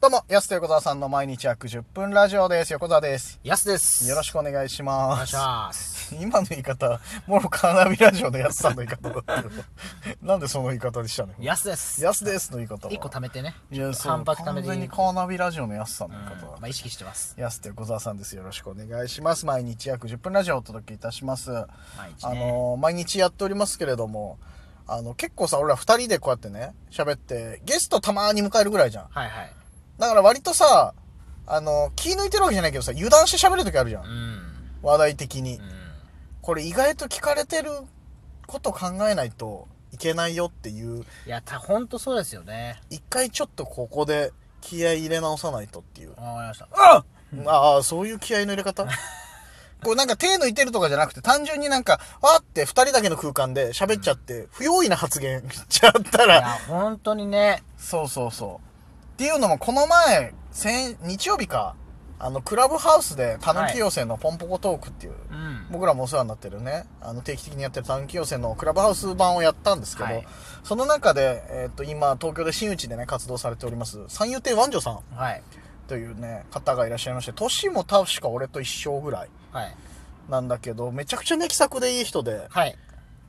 どうも、安と横澤さんの毎日約10分ラジオです。横澤です。やすです。よろしくくお願いしお願まいしす。ます。今の言い方、もろカーナビラジオの安さんの言い方だったけど、なんでその言い方でしたのやすです。安ですの言い方は。一個貯めてね。いや、そう、反発貯完めて。全にカーナビラジオの安さんの言いうん方だまあ意識してます。安と横澤さんです。よろしくお願いします。毎日約10分ラジオをお届けいたします。毎日あね。の毎日やっておりますけれども、あの、結構さ、俺ら二人でこうやってね、喋って、ゲストたまーに迎えるぐらいじゃん。はいはい。だから割とさ、あの、気抜いてるわけじゃないけどさ、油断して喋るときあるじゃ。うんん。話題的にう。ん。これ意外と聞かれてること考えないといけないよっていう、いや、た、ほんとそうですよね。一回ちょっとここで気合い入れ直さないとっていう。わかりました。あああ、そういう気合いの入れ 方こうなんか手抜いてるとかじゃなくて、単純になんか、わーって二人だけの空間で喋っちゃって、不用意な発言 しちゃったいらや、、ほんとにね。そうそうそう。っていうのも、この前、先、日曜日か、あの、クラブハウスで、たぬき寄せのポンポコトークっていう、うん。僕らもお世話になってるね、あの、定期的にやってるたぬき寄せのクラブハウス版をやったんですけど、はいその中で、えっ、と、今、東京で新内でね、活動されております、三遊亭湾女さんはい。というね、方がいらっしゃいまして、年も確か俺と一緒ぐらいはい。なんだけど、めちゃくちゃね、気さくでいい人で、はい。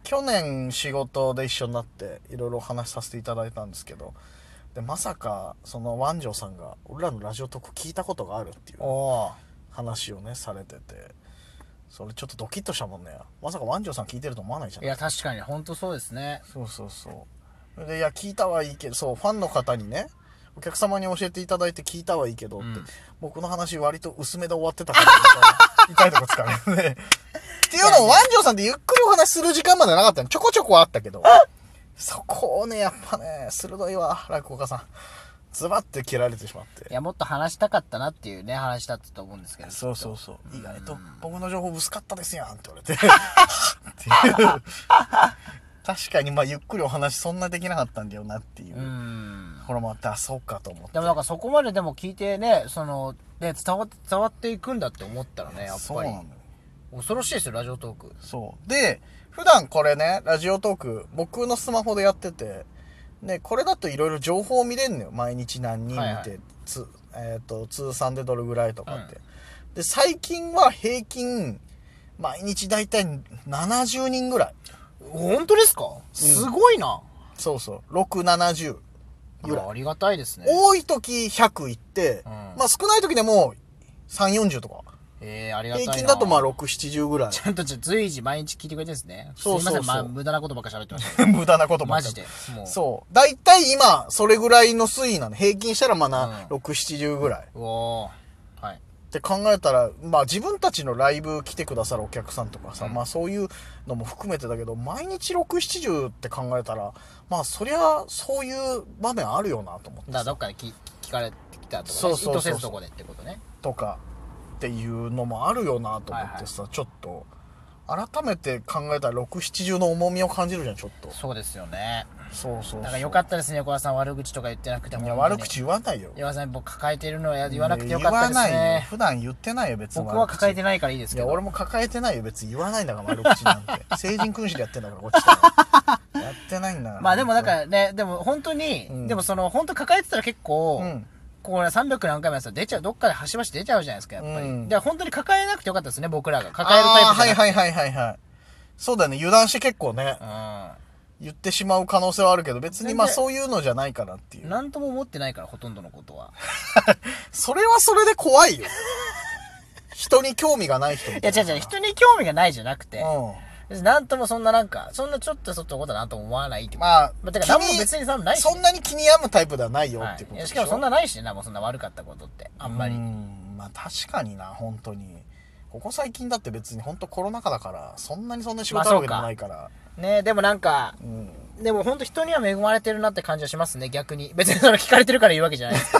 去年仕事で一緒になっていろいろお話しさせていただいたんですけどでまさかその湾上さんが俺らのラジオ特聞いたことがあるっていうおー。話をねされててそれちょっとドキッとしたもんねまさか湾上さん聞いてると思わないじゃんいや、確かに、ほんとそうですね。そうそうそうでいや聞いたはいいけどそうファンの方にねお客様に教えていただいて聞いたはいいけどって、うん僕の話割と薄めで終わってたから 痛い痛いとこつかれるね っていうのも湾上さんってゆっくりお話しする時間までなかったのちょこちょこはあったけどそこをねやっぱね鋭いわ落語家さんズバッて切られてしまっいてや、もっと話したかったなっていうね、話だったと思うんですけど。そうそうそううん意外と僕の情報薄かったですやんって言われてっていう確かにまあゆっくりお話そんなできなかったんだよなっていう、うん。これもあそうかと思ってでもなんかそこまででも聞いてね、その、ね、伝わって、伝わっていくんだって思ったらね、やっそうぱなりの。よ恐ろしいですよ、ラジオトーク。そうで普段これねラジオトーク僕のスマホでやっててねこれだといろいろ情報見れんのよ毎日何人見て、はいはいつえー、と通算でどれぐらいとかって、で最近は平均毎日大体70人ぐらい本当ですかすごいな。そうそう670ぐらいありがたいですね。多い時100いって、うんまあ少ない時でも340とかえー、ありがたいな。平均だとまあ670ぐらいちゃんとちょ随時毎日聞いてくれてるんですね。そうそうそうすいません、ま、無駄なことばっかり喋ってまし 無駄なことた。ばっマかりジで。もう。そう。だいたい今、それぐらいの推移なの。平均したらまあな、う6、70ぐらい。っうおー。はい。て考えたら、まあ自分たちのライブ来てくださるお客さんとかさ、うんまあそういうのも含めてだけど、毎日6、70って考えたら、まあそりゃ、そういう場面あるよなと思ってだからどっかで聞聞かれてきたとか、ね、そうそうそうそう意図せずとこでってことね。とかっていうのもあるよなと思ってさ、ちょっと、改めて考えたら6、70の重みを感じるじゃん、ちょっと。そうですよね。そうそうそう。だからよかったですね、横田さん悪口とか言ってなくていも。や、悪口言わないよ。横田さん、僕抱えてるのは言わなくてよかったです言わないよね。普段言ってないよ、別に悪口。僕は抱えてないからいいですいけや、ど。俺も抱えてないよ。別に言わないんだから、丸口なんて。 成人君子でやってんだから、こっちから。やってないんだから。まあでもなんかね、でも本当に、うんでもその本当抱えてたら結構、うんここね300何回もやったら出ちゃう、どっかで端々出ちゃうじゃないですか、やっぱり。うんで、本当に抱えなくてよかったですね、僕らが。あー、抱えるタイプじゃなくて。はいはいはいはいはい。そうだよね。油断して結構ね、言ってしまう可能性はあるけど、別にまあ全然そういうのじゃないからっていうう。ん。なんとも思ってないから、ほとんどのことは。それはそれで怖いよ。人に興味がない人みいたやいな。違う違う、人に興味がないじゃなくて、う別になんともそんななんか、そんなちょっとそっとことなんとも思わないってん。こと。まあ、まあ、てか気に何も別にそんなないし。そんなに気に病むタイプではないよはっていこといでやししょ。かもそんなないしな、もうそんな悪かったことって、あんまり。うんまあ確かにな本当にここ最近だって別に本当コロナ禍だからそんなにそんな仕事あるわけでもないから、ねでもなんか、うんでも本当人には恵まれてるなって感じはしますね、逆に。別にその聞かれてるから言うわけじゃない です。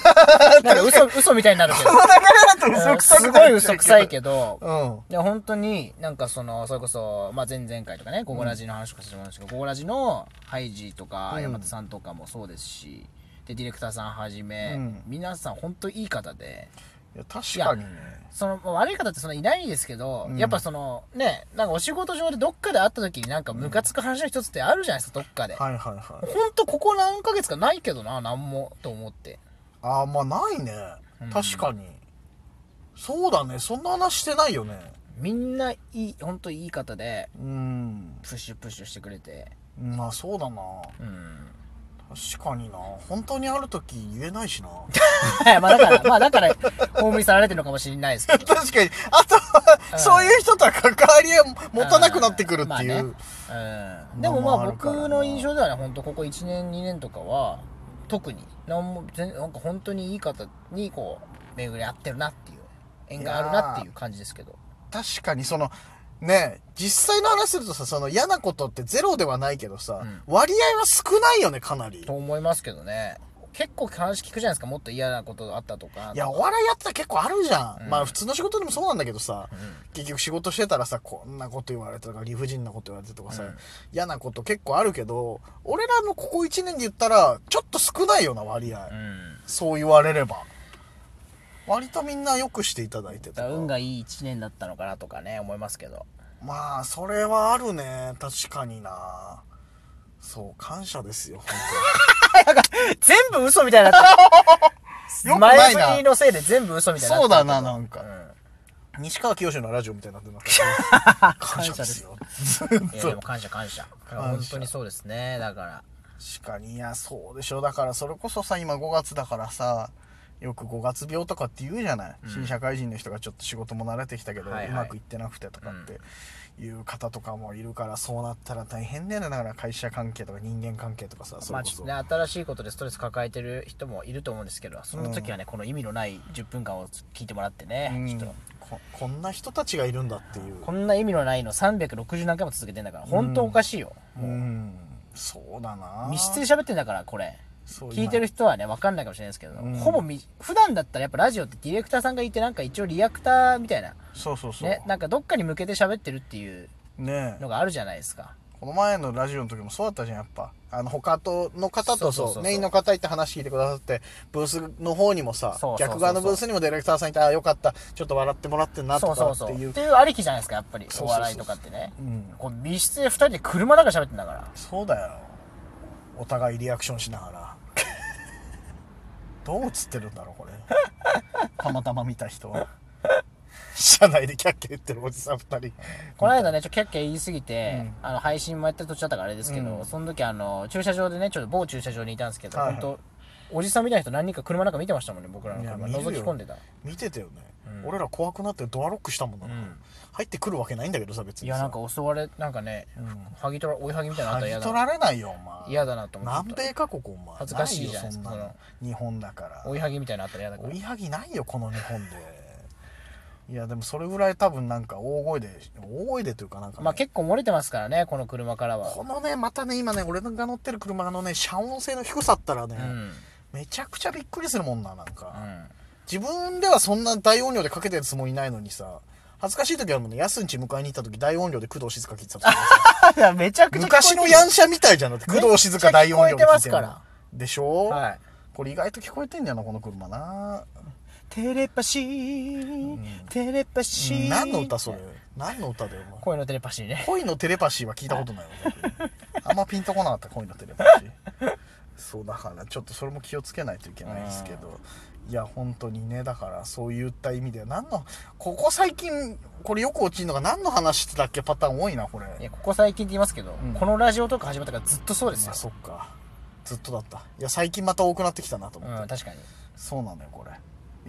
なんか嘘、嘘みたいになるけど。流れだと嘘くさくすなごっちゃいう嘘くさいけど。うんいや、本当に、なんかその、それこそ、まあ、前々回とかね、ゴゴラジの話とかしてもらいましたけど、ゴゴラジのハイジとか、うん山田さんとかもそうですし、で、ディレクターさんはじめ、うん皆さん本当いい方で、いや確かにねその、まあ悪い方ってそのいないですけど、うんやっぱその、ね、なんかお仕事上でどっかで会った時になんかムカつく話の一つってあるじゃないですか、どっかで。はいはいはいほんとここ何ヶ月かないけどな、なんも、と思って。ああ、まあないね。確かに。そうだね。そんな話してないよね。みんないい本当いい方でうん。プッシュプッシュしてくれてまあそうだな。うん確かにな。本当にある時言えないしな。はいまあだからまあだから大盛りさられてるのかもしれないですけど 確かに。あとは、そういう人とは関わりを持たなくなってくるっていまあうね。うん、でもままあああるからな僕の印象ではね本当ここ1年2年とかは特になんも全なんか本当にいい方にこう巡り合ってるなっていう縁があるなっていう感じですけど確かにそのね実際の話するとさその嫌なことってゼロではないけどさ、うん割合は少ないよねかなりと思いますけどね結構話聞くじゃないですかもっと嫌なことあったとかいやお笑いやってたら結構あるじゃん、うんまあ普通の仕事でもそうなんだけどさ、ん結局仕事してたらさこんなこと言われたとか理不尽なこと言われたとかさ、うん嫌なこと結構あるけど俺らのここ1年で言ったらちょっと少ないよな割合、うんそう言われれば割とみんなよくしていただいてたかだからら運がいい1年だったのかなとかね思いますけどまあそれはあるね確かになそう感謝ですよ本 全部嘘みたいになった よくないな前振りのせいで全部嘘みたいになそうってだるななんけかど、当西川きよしのラジオみたいになってます 感謝ですようん、いやでも感謝感謝謝本当にそうですねだから確かにいやそうでしょだからそれこそさ今5月だからさよく5月病とかって言うじゃない、新社会人の人がちょっと仕事も慣れてきたけど、はいはいうまくいってなくてとかっていう方とかもいるから、そうなったら大変だよねだから会社関係とか人間関係とかさそまれあこちょっそ、とね新しいことでストレス抱えてる人もいると思うんですけどその時はね、この意味のない10分間を聞いてもらってね、うんちょっとここんな人たちがいるんだっていうこんな意味のないの360何回も続けてんだから本当おかしいよ、うんそうだな密室で喋ってんだからこれそう聞いてる人はね分かんないかもしれないですけど、うんほぼみ普段だったらやっぱラジオってディレクターさんがいてなんか一応リアクターみたいなそうそうそうねねなんかどっかに向けて喋ってるっていうのえがあるじゃないですかこの前のラジオの時もそうだったじゃんやっぱあの他との方そとうそうそそうそううメインの方行って話聞いてくださってブースの方にもさそうそうそうそう逆側のブースにもディレクターさんいてああよかったちょっと笑ってもらってんなそとうそかうってそうっていういうありきじゃないですかやっぱりそうそうおそう笑いとかってねうんこう密室で2人で車だから喋ってんだからそうだよお互いリアクションしながらどう映ってるんだろうこ れたまたま見た人は車内でキャッキャ言ってるおじさん二人この間ね、ちょ、キャッキャ言いすぎて、うんあの、配信もやってる途中だったからあれですけど、うんその時あの、駐車場でね、ちょっと某駐車場にいたんですけど、はいはい本当おじさんみたいな人何人か車なんか見てましたもんね、僕らのいや車。見るよ覗き込んでた。見てたよね、うん俺ら怖くなってドアロックしたもんな、ん入ってくるわけないんだけどさ別いにや、さなんか襲われ、なんかね、はぎ取ら、追いはぎみたいなのあった剥ら嫌ぎだ取な。られないよお前嫌だなと思って南。米か国お前恥ずかしいじゃないですかなよそんなの日本だから追いはぎみたいなのあったら嫌だから追。いはぎないよこの日本でいやでもそれぐらい多分なんか大声で大声でというかなんかね、まあ結構漏れてますからね、この車からは。このねまたね今ね俺が乗ってる車のね遮音性の低さったらね、うん。うん。めちゃくちゃびっくりするもんななんか、自分ではそんな大音量でかけてるつもりないのにさ恥ずかしい時はもうね安んち迎えに行った時大音量で工藤静 香聞いてた時 いや、めちゃくちゃ聞こえて昔るのヤンシャみたいじゃんだって工藤静香大音量で聞いてんのめっちゃ聞こえてますからでしょはい。これ意外と聞こえてんだよなこの車なテレパシー、テレパシー。何の歌それ何の歌だよお前声のテレパシーね。恋のテレパシーは聞いたことない よあんまピンとこなかった恋のテレパシーそうだからちょっとそれも気をつけないといけないですけどいや本当にねだからそういった意味では何のここ最近これよく落ちるのが何の話してたっけパターン多いなこれいや、ここ最近って言いますけど、うんこのラジオとか始まったからずっとそうですまよあ。そっかずっとだったいや最近また多くなってきたなと思って、うん、確かに。そうなのよこれ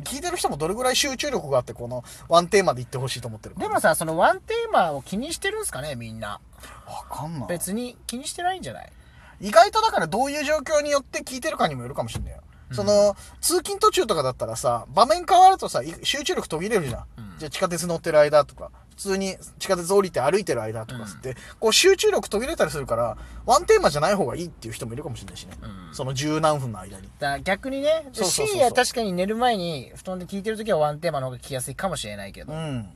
聞いてる人もどれぐらい集中力があってこのワンテーマで言ってほしいと思ってるかでもさ、そのワンテーマを気にしてるんすかね、みんな。わかんない別に気にしてないんじゃない意外とだからどういう状況によって聞いてるかにもよるかもしれないよ、その通勤途中とかだったらさ場面変わるとさい集中力途切れるじゃん、うんじゃあ地下鉄乗ってる間とか普通に地下鉄降りて歩いてる間とかつって、こう集中力途切れたりするからワンテーマじゃない方がいいっていう人もいるかもしれないしね、うんその十何分の間にだから逆にね、そうそうそうそう深夜確かに寝る前に布団で聞いてるときはワンテーマの方が聞きやすいかもしれないけど、ん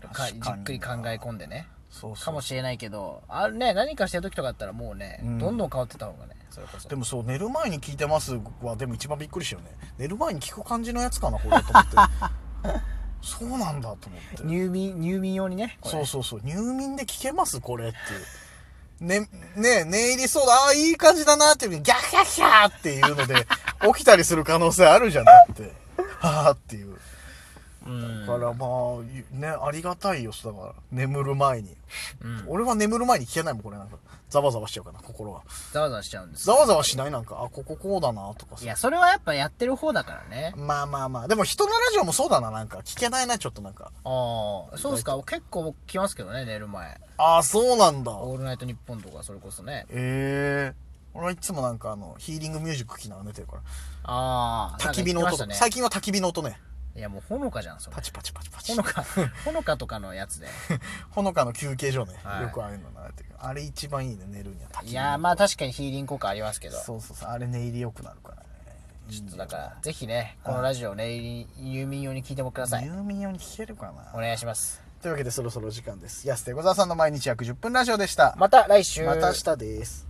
か確じかにっくり考え込んでね。そうかそうもしれないけど、あるね、何かしてるときとかだったらもうね、うんどんどん変わってた方がね、それこそ。でもそう寝る前に聞いてますはでも一番びっくりしたよね寝る前に聞く感じのやつかなこれと思って そうなんだと思って入眠、入眠用にね。これそうそうそう入眠で聞けますこれっていうねね寝入りそうだああいい感じだなっていう時にギャッギャッギャーっていうので 起きたりする可能性あるじゃんだって。 はあっていう。うんだからまあ、ね、ありがたいよ、だから。眠る前に。うん俺は眠る前に聞けないもん、これなんか。ざわざわしちゃうかな、心は。ざわざわしちゃうんですざわざわしないなんか、あ、こここうだな、とかいさ。やそれはやっぱやってる方だからねまあまあまあ。でも人のラジオもそうだな、なんか。聞けないな、ちょっとなんか。ああそうですか結構僕来ますけどね寝る前ああ、そうなんだ。「オールナイトニッポン」とかそれこそねええ俺はいつもなんかあの、ヒーリングミュージック聴きながら寝てるから。ああ焚き火の音とか、ね最近は焚き火の音ね。いやもうほのかじゃんそれパチパチパチパチほ。のか ほのかとかのや つでほのかの休憩所ね。はいよくああいうのなってるけどあれ一番いいね、寝るには焚き火の音。いやーまあ確かにヒーリング効果ありますけどそうそうそう、あれ寝入り良くなるからね。ちょっとだからぜひねこのラジオをね入眠用に聞いてもください入眠用に聞けるかおな願いしますというわけでそろそろ時間です。安手小沢さんの毎日約10分ラジオでした。また来週また明日です。